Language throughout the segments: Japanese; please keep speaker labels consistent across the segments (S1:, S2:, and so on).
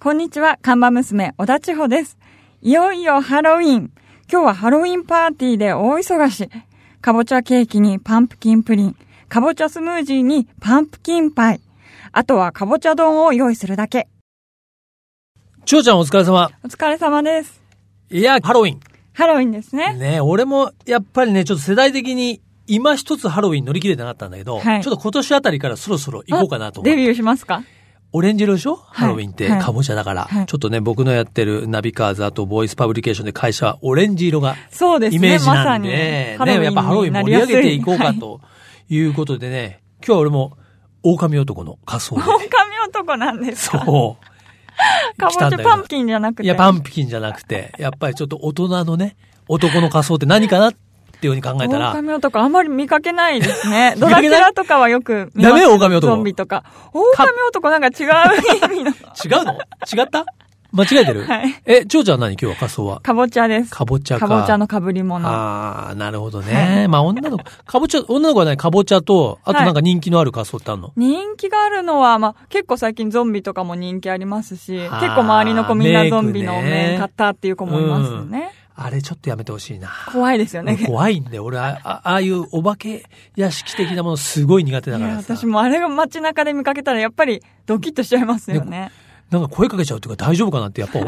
S1: こんにちは、看板娘、小田千穂です。いよいよハロウィン。今日はハロウィンパーティーで大忙し。かぼちゃケーキにパンプキンプリン、かぼちゃスムージーにパンプキンパイ。あとはかぼちゃ丼を用意するだけ。
S2: ちょうちゃんお疲れ様。
S1: お疲れ様です。
S2: いや、ハロウィン。
S1: ハロウィンですね。
S2: ね俺もやっぱりね、ちょっと世代的に今一つハロウィン乗り切れてなかったんだけど、
S1: はい
S2: ちょっと今年あたりからそろそろ行こうかなと思
S1: デ
S2: う。
S1: ビューしますか
S2: オレンジ色でしょ、ハロウィンって
S1: はい
S2: カボチャだから、
S1: はい
S2: ちょっとね、僕のやってるナビカーズあとボイスパブリケーションで会社はオレンジ色が
S1: そうですね。
S2: イメージ
S1: ま
S2: な
S1: さ
S2: ん
S1: に
S2: で、ね
S1: ハロウィン
S2: やっぱハロウィ
S1: に
S2: ン
S1: な
S2: 盛
S1: りや
S2: り上
S1: すい
S2: げていこうか。ということでね、今日は俺も狼男の 仮 装で、
S1: はい狼男なんですか
S2: そう。
S1: かぼ
S2: 来たん
S1: ち
S2: だ
S1: ゃ
S2: よ
S1: パンプキンじゃなくて。
S2: いや、パンプキンじゃなくて、やっぱりちょっと大人のね、男の仮装って何かなっていうふうに考えたら、
S1: 狼男あんまり見かけないですね。ド
S2: 見か
S1: ラ
S2: け
S1: キ
S2: ない
S1: ュラとかはよく見ます
S2: ダメ狼男
S1: ゾンビとか。狼男なんか違う意 味の。
S2: 違うの違った間違えてる、
S1: はい
S2: え、ちょうちゃん何今日は仮装は
S1: かぼちゃです。
S2: かぼちゃか。
S1: かぼちゃの被り物。
S2: ああ、なるほどね。まあ女の子、かぼちゃ、女の子はね、かぼちゃと、あとなんか人気のある仮装ってあるの、
S1: 人気があるのは、まあ、結構最近ゾンビとかも人気ありますし、結
S2: あー
S1: 構周りの子みんなゾンビの
S2: メイクね
S1: 面買ったっていう子もいますよね。
S2: あれちょっとやめてほしいな。
S1: 怖いですよね。
S2: 怖いんだよ。俺、ああああいうお化け屋敷的なものすごい苦手だ
S1: い
S2: か
S1: や、
S2: らさ
S1: 私。もあれが街中で見かけたらやっぱりドキッとしちゃいますよね。
S2: なんか声かけちゃうっていうか大丈夫かなってやっぱ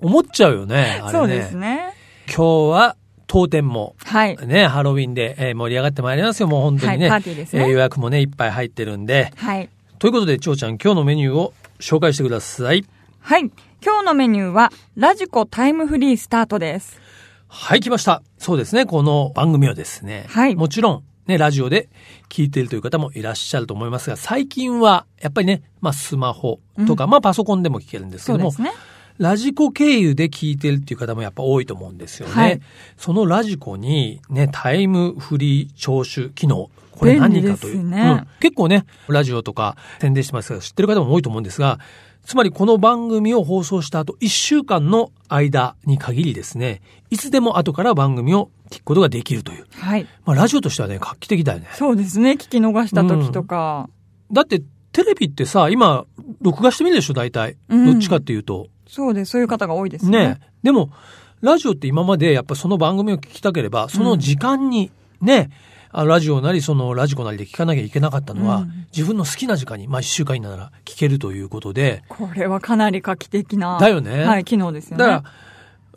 S2: 思っちゃう よね。あれね。
S1: そうですね。
S2: 今日は当店も
S1: はい。
S2: ね、ハロウィンで、えー盛り上がってまいりますよ。もう本当にね。
S1: はいパーティーですね
S2: えー予約もね、いっぱい入ってるんで。
S1: はい。
S2: ということで、ちょうちゃん、今日のメニューを紹介してください。
S1: はい。今日のメニューは、ラジコタイムフリースタートです。
S2: はい、来ました。そうですね、この番組をですね。
S1: はい
S2: もちろん、ね、ラジオで聞いているという方もいらっしゃると思いますが、最近は、やっぱりね、まあ、スマホとか、まあ、パソコンでも聞けるんですけ
S1: そう
S2: ど
S1: で
S2: も、
S1: すね。
S2: ラジコ経由で聞いてるっていう方もやっぱ多いと思うんですよね。
S1: はい
S2: そのラジコにね、タイムフリー聴取機能。これ何かという、
S1: 便利ですね
S2: うん結構ね、ラジオとか宣伝してますが知ってる方も多いと思うんですが、つまりこの番組を放送した後1週間の間に限りですね、いつでも後から番組を聞くことができるという。
S1: はい。
S2: まあラジオとしてはね、画期的だよね。
S1: そうですね。聞き逃した時とか。
S2: だってテレビってさ、今、録画してみるでしょ、大体。
S1: うん
S2: どっちかっていうと。
S1: そうです。そういう方が多いですね。
S2: ねでも、ラジオって今までやっぱその番組を聞きたければ、その時間にね、あラジオなりそのラジコなりで聞かなきゃいけなかったのは、
S1: うん
S2: 自分の好きな時間に、まあ一週間になら聞けるということで、
S1: これはかなり画期的な。
S2: だよね
S1: はい、機能ですよ
S2: だ
S1: ね。
S2: か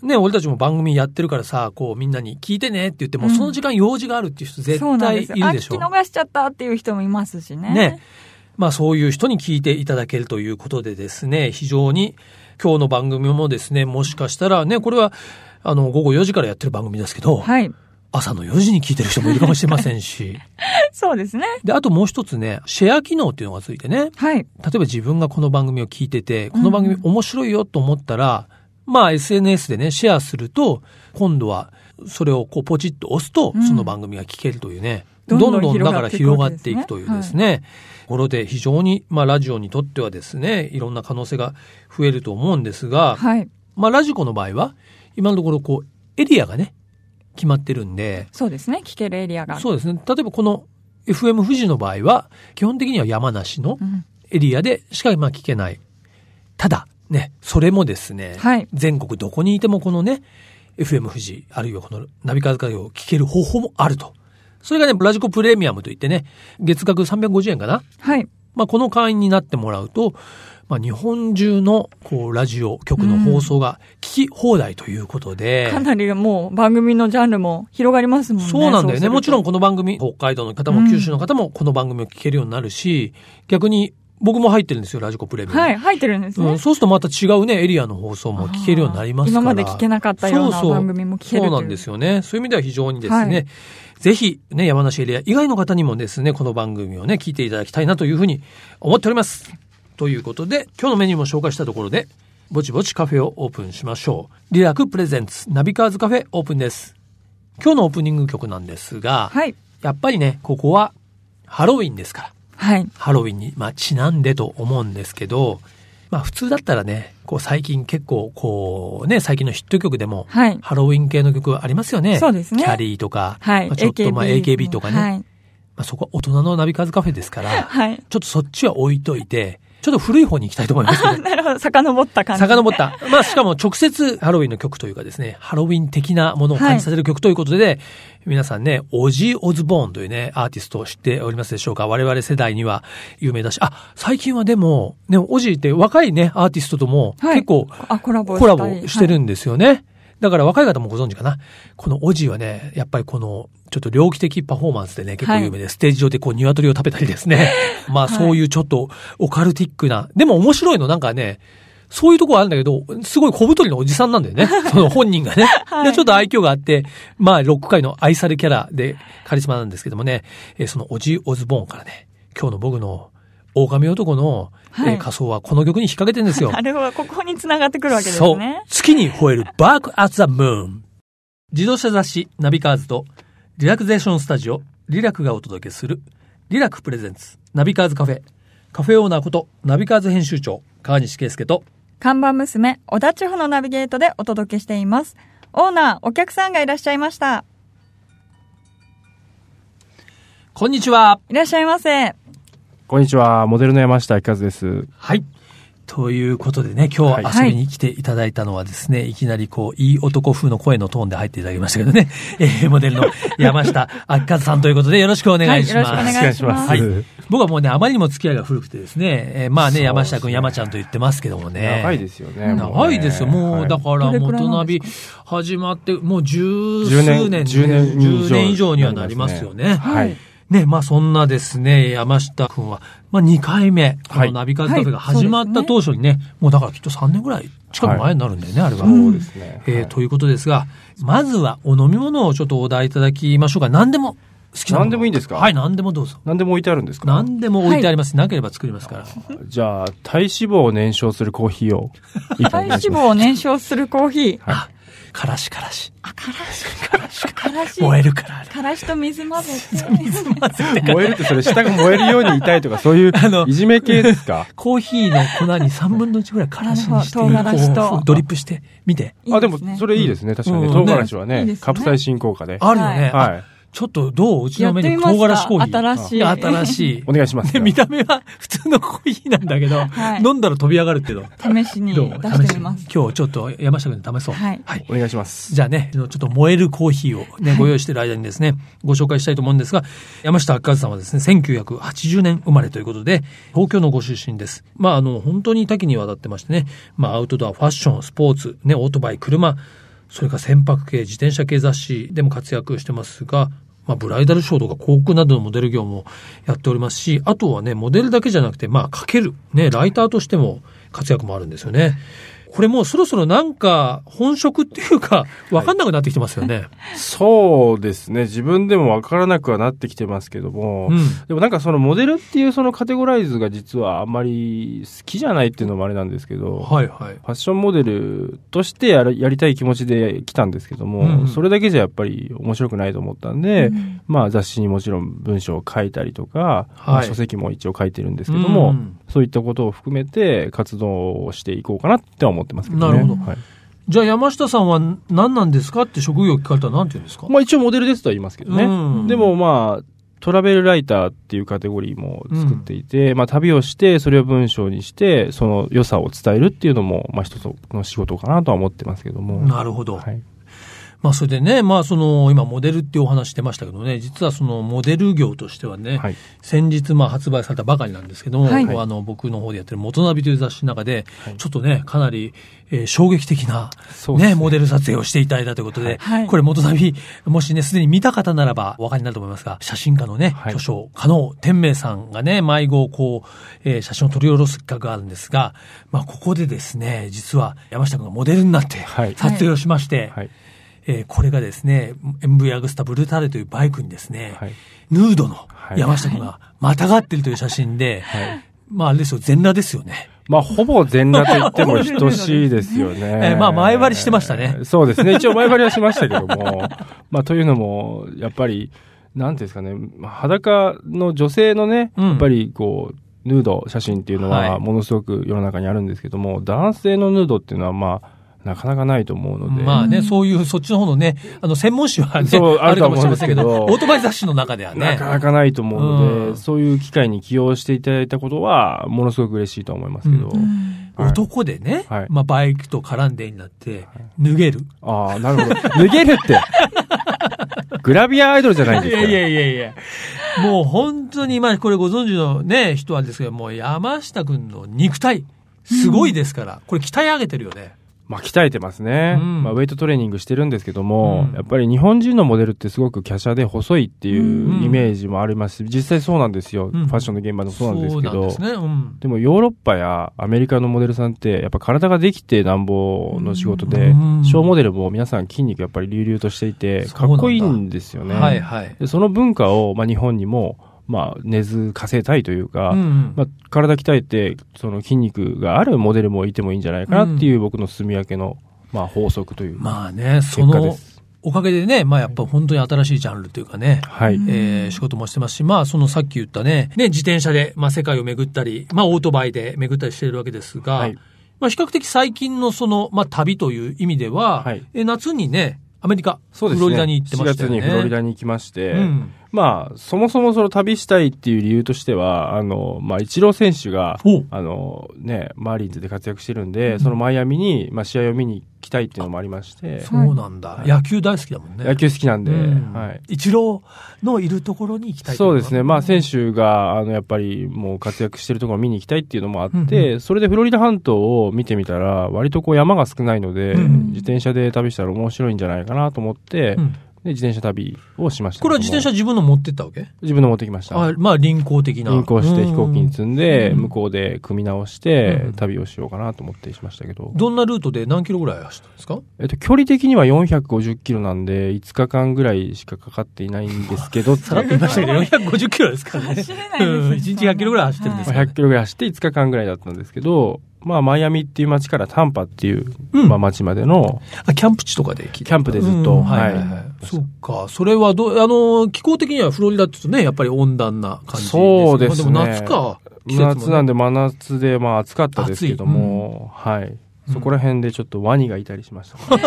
S2: ら、ね、俺たちも番組やってるからさ、こうみんなに聞いてねって言っても、
S1: うん
S2: その時間用事があるっていう人絶
S1: そうなん
S2: 対い
S1: ですよ。
S2: るでしょ。
S1: あ、聞き逃しちゃったっていう人もいますしね。
S2: ね。まあそういう人に聞いていただけるということでですね、非常に今日の番組もですね、もしかしたらね、これはあの午後4時からやってる番組ですけど、
S1: はい。
S2: 朝の4時に聞いてる人もいるかもしれません し。
S1: そうですね。
S2: で、あともう一つね、シェア機能っていうのがついてね。
S1: はい。
S2: 例えば自分がこの番組を聞いてて、この番組面白いよと思ったら、まあ SNS でね、シェアすると、今度はそれをこうポチッと押すと
S1: う、ん
S2: その番組が聞けるというね。
S1: どんど
S2: ど
S1: ん
S2: んどんだから
S1: 広
S2: 広
S1: が
S2: が
S1: っ
S2: ってて
S1: い
S2: い
S1: く
S2: く
S1: と
S2: と
S1: い
S2: いうう
S1: で
S2: ですすね。ところで非常に、まあラジオにとってはですね、いろんな可能性が増えると思うんですが、
S1: はい。
S2: まあラジコの場合は、今のところこう、エリアがね、決まってるんで、
S1: そうですね。聞けるエリアが。
S2: そうですね。例えばこの FM 富士の場合は、基本的には山梨の
S1: うん
S2: エリアでしかまあ聞けない。ただ、ね、それもですね、
S1: はい
S2: 全国どこにいてもこのね、FM 富士、あるいはこのナビカーズ会を聞ける方法もあると。それがね、ラジコプレミアムといってね、月額350円かな。
S1: はい。
S2: まあ、この会員になってもらうと、まあ、日本中のこうラジオ局の放送が聞き放題ということで。
S1: かなりもう番組のジャンルも広がりますもんね。
S2: そうなんだよね。もちろん
S1: ん。
S2: この番組、北海道の方
S1: う
S2: も
S1: ん
S2: 九州の方もこの番組を聞けるようになるし、逆に僕も入ってるんですよ、ラジコプレミアム。
S1: はい、入ってるんです
S2: う
S1: ね
S2: ん、。そうするとまた違うね、エリアの放送も聞けるようになりますから。
S1: あー今まで聞けなかったような
S2: そそ
S1: 番組も聞けるという
S2: そうなんですよね。そういう意味では非常にですね、
S1: はい
S2: ぜひね、山梨エリア以外の方にもですね、この番組をね、聞いていただきたいなというふうに思っております。ということで、今日のメニューも紹介したところで、ぼちぼちカフェをオープンしましょう。リラクプレゼンツナビカーズカフェオープンです。今日のオープニング曲なんですが、
S1: はい。
S2: やっぱりね、ここはハロウィンですから。
S1: はい。
S2: ハロウィンに、まあ、ちなんでと思うんですけど、まあ、普通だったらね、こう最近結構、こうね、最近のヒット曲でも、
S1: はい。
S2: ハロウィン系の曲ありますよね。
S1: そうですね
S2: キャリーとか、
S1: はい。
S2: まあ、ちょっとまあ AKB とかね、
S1: はい。
S2: まあ、そこは大人のナビカズカフェですから、
S1: はい。
S2: ちょっとそっちは置いといて、ちょっと古い方に行きたいと思いますけど。
S1: なるほど、遡った感じ。
S2: 遡った。まあ、しかも直接ハロウィンの曲というかですね、ハロウィン的なものを感じさせる曲ということで、皆さんね、オジー・オズボーンというね、アーティストを知っておりますでしょうか我々世代には有名だし、あ、最近はでも、ね、オジーって若いね、アーティストとも
S1: はい
S2: 結構
S1: あ、コラボ
S2: コラボしてる
S1: ん
S2: んですよね。だから若い方もご存知かな。このオジーはね、やっぱりこの、ちょっと猟奇的パフォーマンスでね、結構有名で、ステージ上でこう鶏を食べたりですね。まあ
S1: はい
S2: そういうちょっとオカルティックな、でも面白いのなんかね、そういうとこはあるんだけど、すごい小太りのおじさんなんだよね。 その本人がね。
S1: はい
S2: でちょっと愛嬌があって、まあロック界の愛されキャラでカリスマなんですけどもね、えーそのオジー・オズボーンからね、今日の僕の狼男の、
S1: は
S2: え
S1: い
S2: ー仮装はこの曲に引っ掛けてるんですよ。
S1: なるほど、ここに繋がってくるわけです
S2: そう
S1: ね。。
S2: 月に吠える Bark at the Moon。自動車雑誌ナビカーズとリラクゼーションスタジオリラクがお届けするリラクプレゼンツナビカーズカフェ。カフェオーナーことナビカーズ編集長川西圭介と
S1: 看板娘、小田地方のナビゲートでお届けしています。オーナー、お客さんがいらっしゃいました。
S2: こんにちは。
S1: いらっしゃいませ。
S3: こんにちは、モデルの山下明和です。
S2: はい。ということでね、今日
S1: は
S2: 遊
S1: い
S2: びに来ていただいたのはですね、い、きなりこう、いい男風の声のトーンで入っていただきましたけどね、 えーモデルの山下明和さんということでよろしくお願いします。
S1: はいよろしくお願いします
S2: はい。僕はもうね、あまりにも付き合いが古くてですね、えーまあね、
S3: そうですね
S2: 山下くん、山ちゃんと言ってますけどもね。
S3: 長いですよね。
S2: 長いですよ。もう、だ
S3: ら。
S2: から、
S1: どれくらい
S2: 元
S1: な
S2: ナ
S1: ん
S2: ビ
S1: で
S2: 始まって、もう十数
S3: 10
S2: 年、
S3: 年、
S2: 10
S3: 10年以上。
S2: 10年以上にはなりますよね。
S3: はい。
S2: ね、まあそんなですね、山下くんは、まあ2回目、こ
S3: はい
S2: のナビカーズカフェが
S1: はいそう
S2: 始
S1: ですね
S2: まった当初にね、もうだからきっと3年ぐらい近く前になるんだよね、あれは。
S3: そうですね。
S2: えー
S3: はい
S2: ということですが、まずはお飲み物をちょっとお題いただきましょうか。何でも好きなもの。
S3: 何でもいいんですか
S2: はい、何でもどうぞ。
S3: 何でも置いてあるんですか
S2: 何でも置いてあります。なければ作りますから。
S3: じゃあ、体脂肪を燃焼するコーヒ ーを。
S1: 体脂肪を燃焼するコーヒー。
S2: あ、からしからし。
S1: あ、からし。からし。からし。
S2: 燃えるからあれ。
S1: からしと水混ぜ
S2: 水混ぜて
S3: 燃えるってそれ下が燃えるように痛い とかそういう
S2: あの
S3: いじめ系で すか
S2: コーヒーの粉に3分の1ぐらいからしにして、
S1: なるほど唐辛子と
S2: こうドリップして、見て。
S1: て。
S3: あ、でもそ
S1: れ。
S3: れいいですね。確かに
S2: うん
S3: ね。唐辛子はい
S1: い
S3: ね
S1: ですね
S3: カプサイシン効果で。
S2: あるよね。あ
S3: はい。
S2: ちょっとどううち
S1: や
S2: の
S1: っ
S2: メ
S1: て
S2: ニ
S1: み
S2: ュー
S1: ま
S2: 唐辛子コーヒ
S1: し
S2: ー。
S1: た。新しい。
S2: 新しい。
S3: お願いします。
S2: ね、見た目は普通のコーヒーなんだけど、
S1: はい
S2: 飲んだら飛び上がるけど。
S1: 試しに
S2: どう
S1: 出してみます
S2: 試。今日ちょっと山下君に試そう。
S1: はい
S3: お願いします。
S2: じゃあね、ちょっと燃えるコーヒーをね、ご用意している間にですね、ご紹介したいと思うんですが、山下明和さんはですね、1980年生まれということで、東京のご出身です。まあ、あの、本当に多岐にわたってましてね、まあ、アウトドア、ファッション、スポーツ、ね、オートバイ、車、それから船舶系、自転車系雑誌でも活躍してますが、まあ、ブライダルショーとか航空などのモデル業もやっておりますし、あとはね、モデルだけじゃなくて、まあ、かける、ね、ライターとしても活躍もあるんですよね。これもうそろそろなんか本職っていうか、わかんなくなってきてますよね。
S3: そうですね。自分でもわからなくはなってきてますけども。
S2: うん。
S3: でもなんかそのモデルっていうそのカテゴライズが実はあんまり好きじゃないっていうのもあれなんですけど、
S2: はいはい。
S3: ファッションモデルとしてやるやりたい気持ちで来たんですけども、
S2: うんうん
S3: それだけじゃやっぱり面白くないと思ったんで、
S1: うん
S3: まあ雑誌にもちろん文章を書いたりとか、
S2: はい
S3: まあ書籍も一応書いてるんですけども、
S2: うん
S3: そういったことを含めて活動をしていこうかなっては思ってますけどね。
S2: なるほど
S3: はい
S2: じゃあ山下さんは何なんですかって職業聞かれたら何て言うんですか
S3: まあ一応モデルですとは言いますけどね。
S2: うん
S3: でもまあ、トラベルライターっていうカテゴリーも作っていて、まあ旅をして、それを文章にして、その良さを伝えるっていうのも、まあ一つの仕事かなとは思ってますけども。
S2: なるほど。
S3: はい。
S2: まあそれでね、まあその今モデルっていうお話してましたけどね、実はそのモデル業としてはね、
S3: はい。
S2: 先日まあ発売されたばかりなんですけども、
S1: はい
S2: こうあの僕の方でやってる元ナビという雑誌の中で、ちょっとね、かなり、えー衝撃的な
S3: そうです
S2: ね、
S3: ね
S2: モデル撮影をしていただいたということで、
S1: はい
S2: これ元ナビ、もしね、すでに見た方ならばお分かりになると思いますが、写真家のね、
S3: はい
S2: 巨匠、加納天明さんがね、迷子をこう、えー写真を撮り下ろす企画があるんですが、まあここでですね、実は山下君がモデルになって
S3: はい
S2: 撮影をしまして、
S3: はい。
S2: えーこれがですね、MV アグスタブルーターレというバイクにですね、
S3: はい
S2: ヌードの
S3: はい
S2: 山下君がまたがってるという写真で、
S3: い
S2: まああれですよ、全裸ですよね。
S3: まあ、ほぼ全裸と言っても等しいですよ
S2: え
S3: ね。
S2: まあ前張りしてましたね
S3: そうですね。一応前張りはしましたけども。 まあ、というのも、やっぱり、なんていうんですかね、まあ裸の女性のね、
S2: うん
S3: やっぱりこう、ヌード写真っていうの
S2: はい
S3: は、ものすごく世の中にあるんですけども、男性のヌードっていうのは、まあ、なかなかないと思うので。
S2: まあね、
S1: うん
S2: そういう、そっちの方のね、あの、専門誌はね、
S3: そう
S2: あるかもしれませんけ
S3: あると
S2: ど、
S3: 思う
S2: オ
S3: んですけ
S2: ート
S3: ど
S2: バイ雑誌の中では
S3: な
S2: ね。
S3: かなかないと思うので、
S2: うん
S3: そういう機会に起用していただいたことは、ものすごく嬉しいと思いますけど。
S2: う
S3: はい
S2: 男でね、
S3: はい
S2: まあバイクと絡んでになって、脱げる。
S3: ああ、なるほど。脱げるって。グラビアアイドルじゃないんですか。
S2: いやいや。もう本当に、まあこれご存知のね、人はですけど、もう山下くんの肉体、すごいですから、これ鍛え上げてるよね。
S3: まあ、鍛えてますね。
S2: うん
S3: まあ、ウェイトトレーニングしてるんですけども、
S2: うん
S3: やっぱり日本人のモデルってすごく華奢で細いってい
S2: ん
S3: うイメージもありますし、実際そうなんですよ。
S2: ん
S3: ファッションの現場でもそうなんですけ
S2: そうなん
S3: ど。
S2: ですね。うん。
S3: でもヨーロッパやアメリカのモデルさんって、やっぱ体ができてなんぼの仕事で
S2: うん、
S3: 小モデルも皆さん筋肉やっぱり隆々としていて、
S2: そうな
S3: か
S2: んだ
S3: っこいいんですよね。
S2: はいはい。
S3: でその文化を、まあ、日本にも、まあ、根付かせたいというか、
S2: うんうん
S3: まあ、体鍛えて、その筋肉があるモデルもいてもいいんじゃないかなっていう僕の住み分けの、まあ、法則というか、
S2: まあね、そ
S3: 結果で
S2: の
S3: す。
S2: おかげでね、まあやっぱ本当に新しいジャンルというかね、
S3: はい。
S2: えー仕事もしてますし、まあそのさっき言ったね、ね、自転車で、まあ世界を巡ったり、まあオートバイで巡ったりしているわけですが、
S3: はい
S2: まあ比較的最近のその、まあ旅という意味では、
S3: はい
S2: えー夏にね、アメリカ、
S3: そうですね。
S2: フロリダに行ってましたよね。
S3: 4月にフロリダ
S2: に
S3: に行きまして、
S2: うん
S3: まあ、そもそもその旅したいっていう理由としては、あの、まあ、イチロー選手が
S2: お、
S3: あの、ね、マーリンズで活躍してるんで、そのマイアミに、まあ、試合を見に行きたいっていうのもありまして、
S2: そうなんだ、
S3: はい
S2: 野球大好きだもんね。
S3: 野球好きなんで、
S2: うん
S3: はい。
S2: 一郎のいるところに行きたいと
S3: そう
S2: い
S3: ですね。まあ、選手が、あの、やっぱり、もう活躍してるところを見に行きたいっていうのもあっ
S2: うん
S3: て、それでフロリダ半島を見てみたら、割とこう山が少ないので、
S2: うん
S3: 自転車で旅したら面白いんじゃないかなと思って、
S2: うん
S3: で、自転車旅をしましたけ
S2: これ
S3: ども。
S2: は自転車自分の持ってったわけ
S3: 自分で持ってきました。
S2: あまあ臨行的な。
S3: 運行して飛行機に
S2: うん
S3: 積んで、向こうで組み直して
S2: うん、
S3: 旅をしようかなと思ってしましたけど。
S2: どんなルートで何キロぐらい走ったん ですか
S3: えっと、距離的には450キロなんで、5日間ぐらいしかかかっていないんですけど、
S2: さらっと言いましたけど、450キロですからね。
S1: 走れないですよ
S2: うん1日100キロぐらい走ってるんです
S3: まあ
S2: からね
S3: 100キロぐらい走って5日間ぐらいだったんですけど、まあ、マイアミっていう街からタンパっていう、
S2: うん
S3: まあ、街までの
S2: あ、キャンプ地とかで聞い
S3: キ
S2: た
S3: ャンプでずっと、
S2: うん
S3: はい
S2: そっか。それはどう、あの、気候的にはフロリダって言うとね、やっぱり温暖な感じですけど
S3: そうですね
S2: まあでも夏か。季節もね
S3: 夏なんで真夏で、まあ、暑かったですけども、はい。
S2: うん
S3: そこら辺でちょっとワニがいたりしました、ね。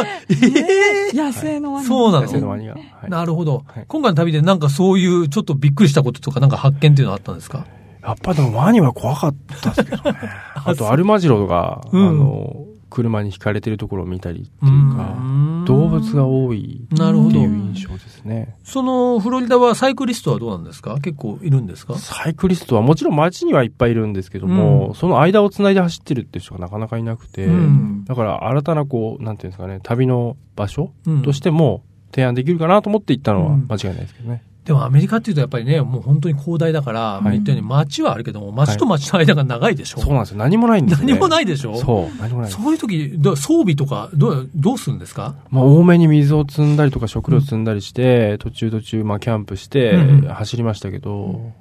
S1: 野生のワニ。
S2: そうな
S3: 野生の
S2: の
S3: ワニが。はい
S2: なるほど
S3: はい。
S2: 今回の旅でなんかそういうちょっとびっくりしたこととかなんか発見っていうのはあったんですか
S3: やっぱでもワニは怖かったです けどね。あと、アルマジロが、
S2: うん
S3: あの、車にひかれてるところを見たりって
S2: う
S3: いうか、
S2: ん
S3: 動物が多いっ
S2: なるほ
S3: て
S2: ど
S3: いう。印象ですね。
S2: そのフロリダはサイクリストはどうなんですか結構いるんですか
S3: サイクリストはもちろん街にはいっぱいいるんですけども、
S2: うん
S3: その間をつないで走ってるっていう人がなかなかいなくて、
S2: うん
S3: だから新たなこう、なんていうんですかね、旅の場所
S2: うん
S3: としても提案できるかなと思って行ったのは
S2: うん
S3: 間違いないですけどね。
S2: でもアメリカっていうとやっぱりね、もう本当に広大だから、
S3: い
S2: 言ったように街はあるけども、街と街の間が長いでしょ、
S3: そうなんですよ。何もないんですよ、ね。
S2: 何もないいでしょ
S3: そう、何もない。
S2: そういう時、ど装備とか、どう、どうするんですか
S3: まあ、多めに水を積んだりとか食料積んだりして、途中途中、まあ、キャンプして
S2: うん、
S3: 走りましたけど、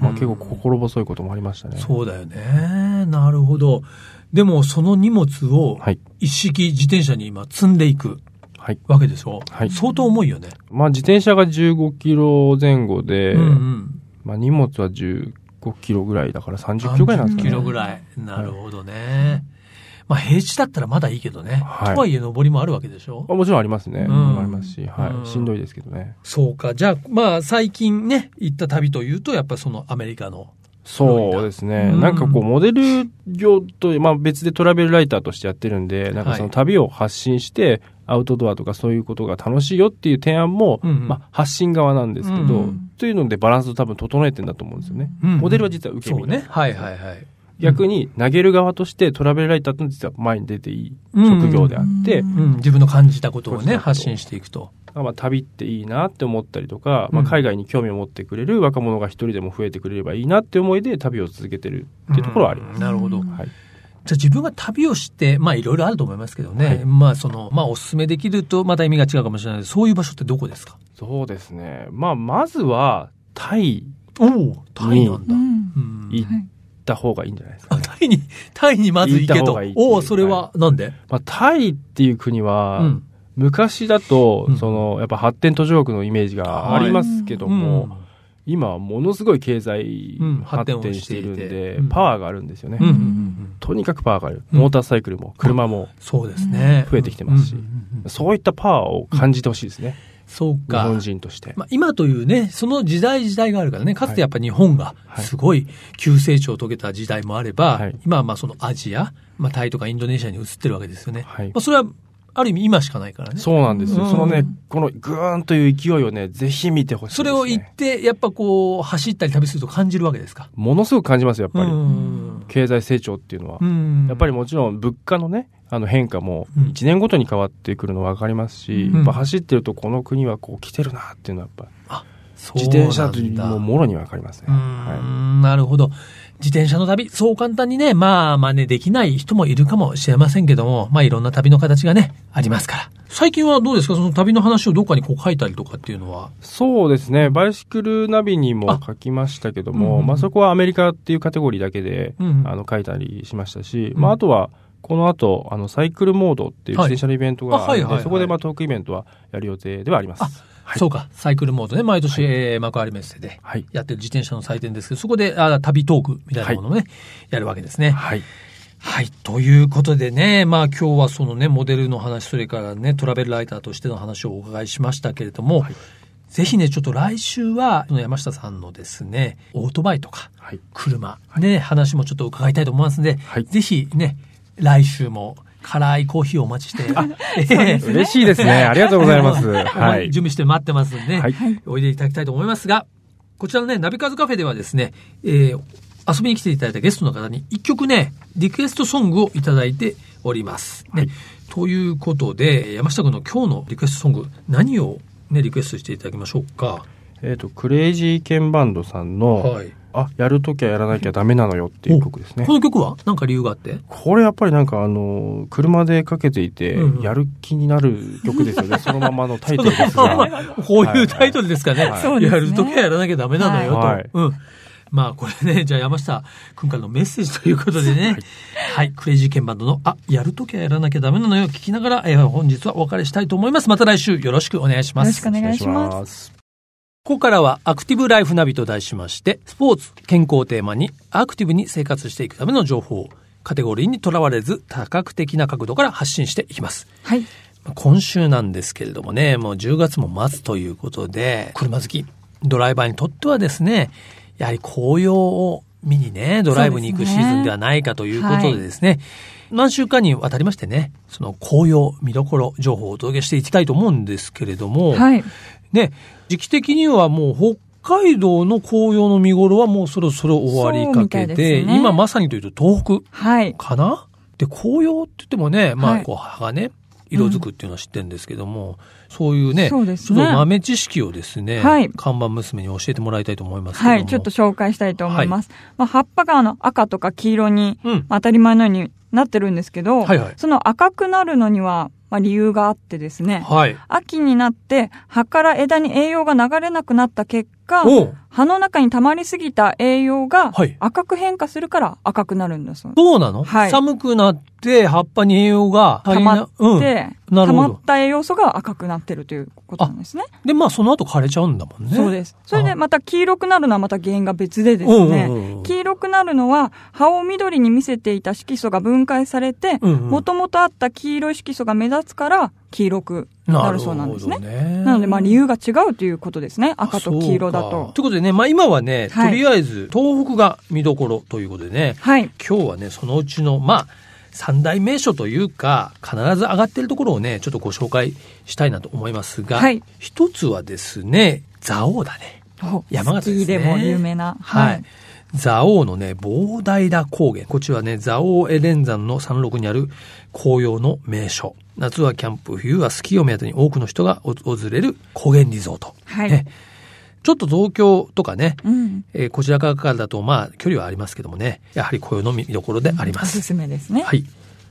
S3: まあ、結構心細いこともありましたね。
S2: そうだよね。なるほど。でも、その荷物を
S3: はい、
S2: 一式自転車に今積んでいく
S3: はい。
S2: わけでしょ、
S3: はい
S2: 相当重いよね。
S3: まあ、自転車が15キロ前後で、
S2: うんうん。
S3: まあ、荷物は15キロぐらいだから30キロぐらいなんです
S2: 30
S3: か
S2: キ
S3: ね。
S2: ロぐらい。なるほどね。まあ、平地だったらまだいいけどね。
S3: はい
S2: とはいえ、登りもあるわけでしょ
S3: あもちろんありますね。
S2: うん
S3: ありますし、はい、
S2: うん
S3: しんどいですけどね。
S2: そうか。じゃあ、まあ、最近ね、行った旅というと、やっぱりそのアメリカの。
S3: そうですね。
S2: うん
S3: なんかこう、モデル業と、まあ別でトラベルライターとしてやってるんで、なんかそ
S2: は
S3: の
S2: い
S3: 旅を発信して、アウトドアとかそういうことが楽しいよっていう提案も、
S2: うんうん
S3: まあ発信側なんですけど、
S2: うん
S1: うん
S3: というのでバランスを多分整えてんだと思うんですよね。モデルは実は受け身
S2: そう
S3: な
S2: ね。はいはいはい。
S3: 逆に投げる側としてトラベルライターっていうのは実は前に出ていい
S2: うん
S3: 職業であって、
S1: うん
S2: うん、自分の感じたことを
S3: そうそう
S2: ね、
S3: そう
S2: 発信していくと。
S3: まあ旅っていいなって思ったりとか、
S2: うん
S3: まあ海外に興味を持ってくれる若者が一人でも増えてくれればいいなって思いで旅を続けてるっていうところはあります。
S2: うんなるほど。じゃ
S3: はい。
S2: あ自分が旅をして、まあいろいろあると思いますけどね。
S3: はい
S2: まあその、まあおすすめできるとまた意味が違うかもしれないですそういう場所ってどこですか
S3: そうですね。まあ、まずは、タイ
S2: おおタイなん
S1: う
S2: だ。
S1: ん
S2: うん
S1: は
S3: 行
S1: い
S3: った方がいいんじゃないですか、
S2: あ
S3: ね。
S2: タイに、タイにまず行け
S3: 行った
S2: と。
S3: 方がいいっていう
S2: おおそれはなんで、
S3: まあ、タイっていう国は、
S2: うん
S3: 昔だと、
S2: うん
S3: その、やっぱ発展途上国のイメージがありますけども、
S2: うん
S3: 今はものすごい経済
S2: うん発
S3: 発
S2: 展を
S3: 展しているん
S2: していて
S3: で、
S2: うん
S3: パワーがあるんですよね、
S2: うんうんうんうん
S3: とにかくパワーがある、
S2: うん
S3: モーターサイクルも車も、
S2: そうですね。
S3: 増えてきてますし
S2: うんうんうんうん
S3: そういったパワーを感じてほしいですね、
S2: そう
S3: 日
S2: か。
S3: 本人として、
S2: まあ、今というね、その時代時代があるからね、かつてやっぱり日本が
S3: はい
S2: すごい急成長を遂げた時代もあれば、
S3: はい
S2: 今はまあそのアジア、まあ、タイとかインドネシアに移ってるわけですよね。
S3: はい
S2: まあ、それはある意味今しかないからね。
S3: そうなんですよ、
S2: うん
S3: そのねこのグーンという勢いをねぜひ見てほしいです、
S2: そ
S3: ね、
S2: れを言って、やっぱこう、走ったり旅すると感じるわけですか。
S3: ものすごく感じますよやっぱり、
S2: うん
S3: 経済成長っていうのは、
S2: うん
S3: やっぱりもちろん物価のねあの変化も
S2: うん
S3: 1年ごとに変わってくるの分かりますし、
S1: うん
S3: やっぱ走ってるとこの国はこう来てるなっていうのはやっぱ
S2: そう
S3: 自転車と
S2: なんだ
S3: ももろに分かりますね。
S2: うー
S3: は
S2: んなるほど。自転車の旅、そう簡単にね、まあ、真似できない人もいるかもしれませんけども、まあ、いろんな旅の形がね、ありますから。最近はどうですかその旅の話をどっかにこう書いたりとかっていうのは。
S3: い、そうですねバイシクルナビにも
S2: あ
S3: 書きましたけど
S2: うんう
S3: も、
S2: んうん
S3: まあ、そこはアメリカっていうカテゴリーだけで、
S2: うん
S3: あの書いたりしましたし、
S2: うん
S3: まあ、あとはこの後あのサイクルモードっていう
S2: は
S3: 自
S2: い
S3: 転車のイベントがある
S2: あはい
S3: の
S2: はいはい
S3: でそこでまあトークイベントはやる予定ではあります。
S2: あそうか、サイクルモードね、毎年、えー幕張メッセで
S3: はい、
S2: やってる自転車の祭典ですけど、そこで、あ旅トークみたいなものをね、やるわけですね。
S3: はい
S2: はい。ということでね、まあ今日はそのね、モデルの話、それからね、トラベルライターとしての話をお伺いしましたけれども、ぜひね、ちょっと来週は、その山下さんのですね、オートバイとか、
S3: はい
S2: 車、ね、話もちょっと伺いたいと思いますので、
S3: はい
S2: ぜひね、来週も辛いコーヒーをお待ちして、 ええ
S3: 嬉しいです ね。ありがとうございます。は
S2: はいい、。準備して待ってますんで、
S3: はい
S2: おいでいただきたいと思いますが、こちらのね、ナビカーズカフェではですね、えー遊びに来ていただいたゲストの方に一曲ね、リクエストソングをいただいております。ね
S3: はい
S2: ということで、山下君の今日のリクエストソング、何をね、リクエストしていただきましょうか。
S3: えっ、と、クレイジーケンバンドさんの、
S2: はい。
S3: あ、やるときはやらなきゃダメなのよっていう曲ですね
S2: こ。の曲は何か理由があって
S3: これやっぱりなんかあの、車でかけていて
S2: うんうん、
S3: やる気になる曲ですよね。そのままのタイトルで すが。
S2: こういうタイトルですかね。
S3: はい
S1: そうです
S2: や
S1: ね
S2: るときはやらなきゃダメなのよと。
S3: はい
S2: うん。まあこれね、じゃあ山下君からのメッセージということでね。はい、クレイジーケンバンドの、あ、やるときはやらなきゃダメなのよ。聞きながら、えー本日はお別れしたいと思います。また来週よろしくお願いします。
S1: よろしくお願いします
S3: す。
S2: ここからはアクティブライフナビと題しまして、スポーツ、健康をテーマにアクティブに生活していくための情報、カテゴリーにとらわれず多角的な角度から発信していきます。
S1: はい。
S2: 今週なんですけれどもね、もう10月も末ということで、車好き、ドライバーにとってはですね、やはり紅葉を見にね、ドライブに行くシーズンではないかということでですね、何週間にわたりましてね、その紅葉見どころ情報をお届けしていきたいと思うんですけれども、
S1: はい。
S2: ね、時期的にはもう北海道の紅葉の見頃はもうそろそろ終わりかけ
S1: そうみたい
S2: て、
S1: ですね
S2: 今まさにというと東北
S1: はい。
S2: かなで紅葉って言ってもね、ま
S1: は
S2: あ、
S1: い
S2: こう葉がね色づくっていうのは知ってるんですけども、そういうね
S1: そうです
S2: ちょ
S1: ね
S2: っと豆知識をですね、
S1: はい
S2: 看板娘に教えてもらいたいと思いますけども
S1: はい。ちょっと紹介したいと思います。まあ、葉っぱがあの赤とか黄色に、
S2: うん
S1: まあ当たり前のようになってるんですけど、
S2: はいはい
S1: その赤くなるのには、まあ、理由があってですね、
S2: はい
S1: 秋になって葉から枝に栄養が流れなくなった結果、
S2: おう
S1: 葉の中に溜まりすぎた栄養が
S2: はい
S1: 赤く変化するから赤くなるんだそうで
S2: そうなの、
S1: はい
S2: 寒くなって葉っぱに栄養が
S1: す。溜まっ
S2: うん、
S1: て、
S2: な
S1: 溜
S2: るほ
S1: ま
S2: ど
S1: った栄養素が赤くなってるということなんですね。
S2: でまあその後枯れちゃうんだもんね
S1: そうです。それで
S2: あ
S1: また黄色くなるのはまた原因が別でですね、
S2: うんうんうん
S1: 黄色くなるのは葉を緑に見せていた色素が分解されて、
S2: うんうん
S1: もともとあった黄色い色素が目立つから黄色くなるそうなんですね。
S2: る
S1: な
S2: ほどね
S1: のでまあ理由が違うということですね。赤と黄色だ
S2: あそうか
S1: と
S2: と。いうことでね、まあ今はね、
S1: はい
S2: とりあえず東北が見どころということでね、
S1: はい。
S2: 今日はね、そのうちの、まあ、三大名所というか、必ず上がってるところをね、ちょっとご紹介したいなと思いますが、
S1: はい
S2: 一つはですね、蔵王だね。
S1: お
S2: 山形ですね
S1: スキーでも有名な。
S2: はい。。蔵王のね、膨大な高原。こっちはね、蔵王エレン山の山麓にある紅葉の名所。夏はキャンプ、冬はスキーを目当てに多くの人が訪れる高原リゾート。
S1: はい
S2: ねちょっと東京とかね、
S1: うん。
S2: えーこちらからだと、まあ、距離はありますけどもね、やはり紅葉の見どころでありま
S1: お
S2: す
S1: す。すめですね。
S2: はい。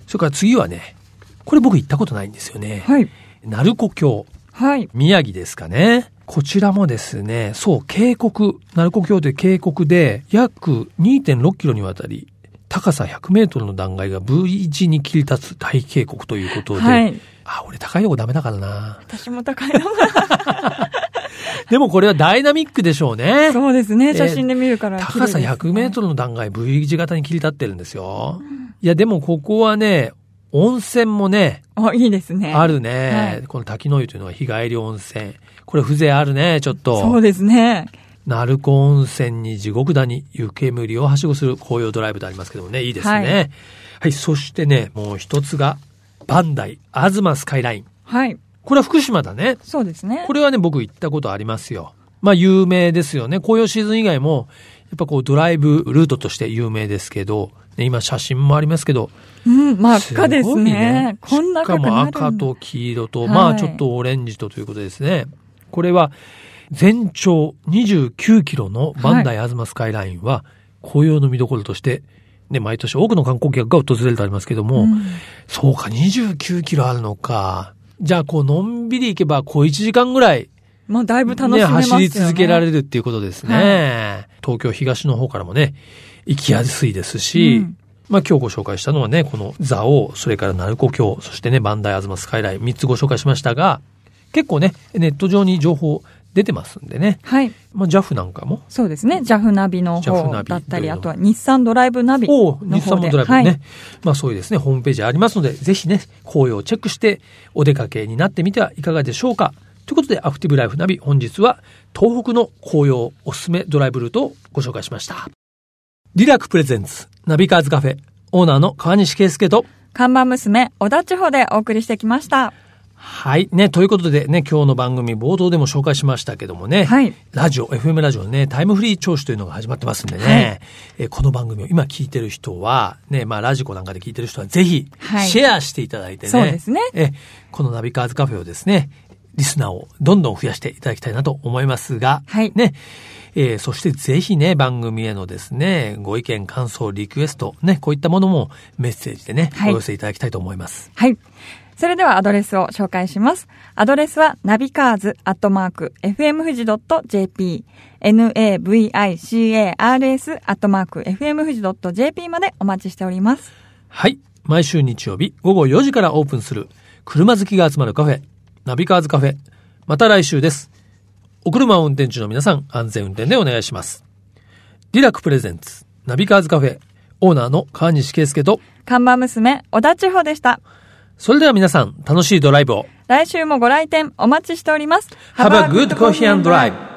S2: それから次はね、これ僕行ったことないんですよね。
S1: はい。
S2: 鳴子峡、
S1: はい。
S2: 宮城ですかね。こちらもですね、そう、渓谷、鳴子峡という渓谷で、約2.6キロにわたり、高さ100メートルの断崖が V 字に切り立つ大渓谷ということで、
S1: はい
S2: あ、俺高いとこダメだからな。
S1: 私も高いのが
S2: でもこれはダイナミックでしょうね。
S1: そうです ね。
S2: ー
S1: 写真で見るから、
S2: 高さ100メート
S1: ル。
S2: ルの断崖 V 字型に切り立ってるんですよ。いや、でもここはね、温泉もね、
S1: あ、いいですね。
S2: あるね。
S1: はい
S2: この滝の湯というのは日帰り温泉。これ風情あるね、ちょっと。
S1: そうですね。
S2: 鳴子温泉に地獄谷、湯煙をはしごする紅葉ドライブとありますけどもね、いいですね。は
S1: はい
S2: い、そしてね、もう一つが、バンダイ、東スカイライン。
S1: はい。
S2: これは福島だね。
S1: そうですね。
S2: これはね、僕行ったことありますよ。まあ、有名ですよね。紅葉シーズン以外も、やっぱこう、ドライブルートとして有名ですけど、ね、今写真もありますけど、
S1: うん、真っ
S2: すご
S1: 赤
S2: い
S1: ですね。こんな
S2: しか
S1: 赤く
S2: も
S1: なるんだ
S2: 赤と黄色と、まあ
S1: はい
S2: ちょっとオレンジとということですね。これは全長29キロのバンダイアズマスカイラインは紅葉の見どころとして、ね、毎年多くの観光客が訪れるとありますけども、
S1: うん
S2: そうか、29キロあるのか。じゃあ、こう、のんびり行けば、こう1時間ぐらい、
S1: まあ、だいぶ楽しめ
S2: ね、
S1: ますよ
S2: 走
S1: ね。
S2: り続けられるっていうことですね。東京東の方からもね、行きやすいですし、
S1: うん
S2: まあ今日ご紹介したのはね、この蔵王、それから鳴子峡、そしてね、バンダイアズマスカイライン、3つご紹介しましたが、結構ね、ネット上に情報出てますんでね、
S1: はい。
S2: まあ JAF なんかも、
S1: そうですね。JAF ナビの
S2: JAF ナ
S1: 方
S2: ビ
S1: だったり、
S2: どう
S1: あ
S2: いうの
S1: とは日産ドライブナビの
S2: お
S1: 方で。
S2: 日産もドライブね、
S1: はい。
S2: まあそういうですね、ホームページありますので、ぜひね、紅葉をチェックして、お出かけになってみてはいかがでしょうか。ということで、アクティブライフナビ、本日は、東北の紅葉おすすめドライブルートをご紹介しました。リラックプレゼンツ、ナビカーズカフェ、オーナーの川西圭介と、
S1: 看板娘、小田地方でお送りしてきました。
S2: はい。ね、ということでね、今日の番組冒頭でも紹介しましたけどもね、
S1: はい
S2: ラジオ、FM ラジオのね、タイムフリー聴取というのが始まってますんでね、えーこの番組を今聞いてる人は、ね、まあラジコなんかで聞いてる人はぜひ
S1: は、い
S2: シェアしていただいてね、
S1: そうですね
S2: えーこのナビカーズカフェをですね、リスナーをどんどん増やしていただきたいなと思いますが、
S1: はい
S2: ね、えーそしてぜひね、番組へのですね、ご意見、感想、リクエスト、ね、こういったものもメッセージでね、
S1: はい
S2: お寄せいただきたいと思います。
S1: はい。それではアドレスを紹介します。アドレスは、ナビカーズアットマーク、fmfuji.jp、navicars アットマーク、fmfuji.jp までお待ちしております。
S2: はい。毎週日曜日午後4時からオープンする車好きが集まるカフェ、ナビカーズカフェ。また来週です。お車を運転中の皆さん、安全運転でお願いします。リラックプレゼンツ、ナビカーズカフェ、オーナーの川西圭介と、
S1: 看板娘、小田地方でした。
S2: それでは皆さん、楽しいドライブを。
S1: 来週もご来店お待ちしております。
S2: Have a good coffee and drive!